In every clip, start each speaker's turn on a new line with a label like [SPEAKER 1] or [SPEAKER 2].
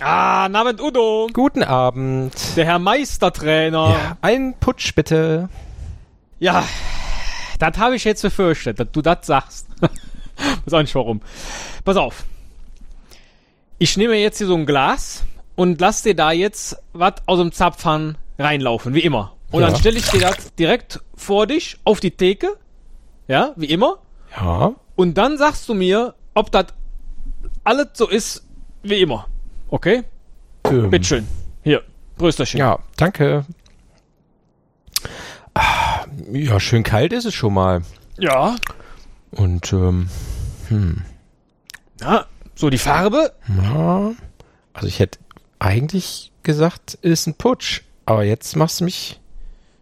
[SPEAKER 1] Ah, Namen Udo.
[SPEAKER 2] Guten Abend.
[SPEAKER 1] Der Herr Meistertrainer.
[SPEAKER 2] Ja, ein Putsch bitte.
[SPEAKER 1] Ja, das habe ich jetzt befürchtet, dass du das sagst. Weiß auch nicht warum. Pass auf. Ich nehme jetzt hier so ein Glas und lass dir da jetzt was aus dem Zapfhahn reinlaufen, wie immer. Und dann
[SPEAKER 2] Ja.
[SPEAKER 1] stelle ich dir das direkt vor dich auf die Theke. Ja, wie immer.
[SPEAKER 2] Ja.
[SPEAKER 1] Und dann sagst du mir, ob das alles so ist, wie immer. Okay?
[SPEAKER 2] Ähm,
[SPEAKER 1] Bitteschön. Hier, Prösterchen.
[SPEAKER 2] Ja, danke. Ah, Ja, schön kalt ist es schon mal.
[SPEAKER 1] ja.
[SPEAKER 2] Und ähm,
[SPEAKER 1] Ja, so die Farbe.
[SPEAKER 2] ja, also ich hätte eigentlich gesagt, ist ein Putsch. Aber jetzt machst du mich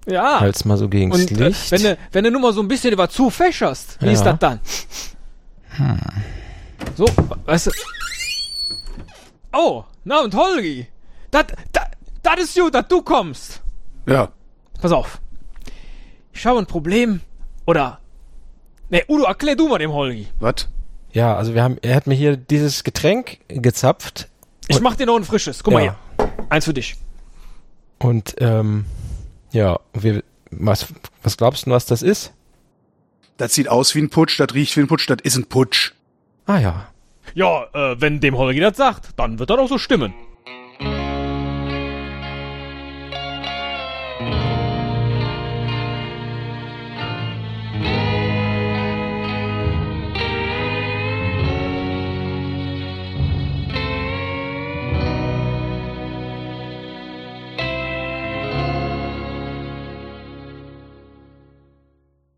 [SPEAKER 1] Ja.
[SPEAKER 2] halt mal so gegens
[SPEAKER 1] Und äh,
[SPEAKER 2] Licht.
[SPEAKER 1] wenn du wenn du nur mal so ein bisschen was zufächerst, wie
[SPEAKER 2] Ja. Hm.
[SPEAKER 1] ist das dann? So, weißt du. Oh, na und Holgi. Das das ist gut, dass du kommst.
[SPEAKER 3] Ja.
[SPEAKER 1] Pass auf. Ich habe ein Problem oder Ne, Udo, erklär du mal dem Holgi.
[SPEAKER 3] Was?
[SPEAKER 2] ja, also wir haben, er hat mir hier dieses Getränk gezapft
[SPEAKER 1] Ich mach dir noch ein frisches. Guck
[SPEAKER 2] Ja.
[SPEAKER 1] mal hier. Eins für dich.
[SPEAKER 2] und ähm, ja, wir, was, was glaubst du, was das ist?
[SPEAKER 3] Das sieht aus wie ein Putsch, das riecht wie ein Putsch, das ist ein Putsch.
[SPEAKER 2] Ah ja,
[SPEAKER 1] Ja, äh, wenn dem Holgi das sagt, dann wird das auch so stimmen.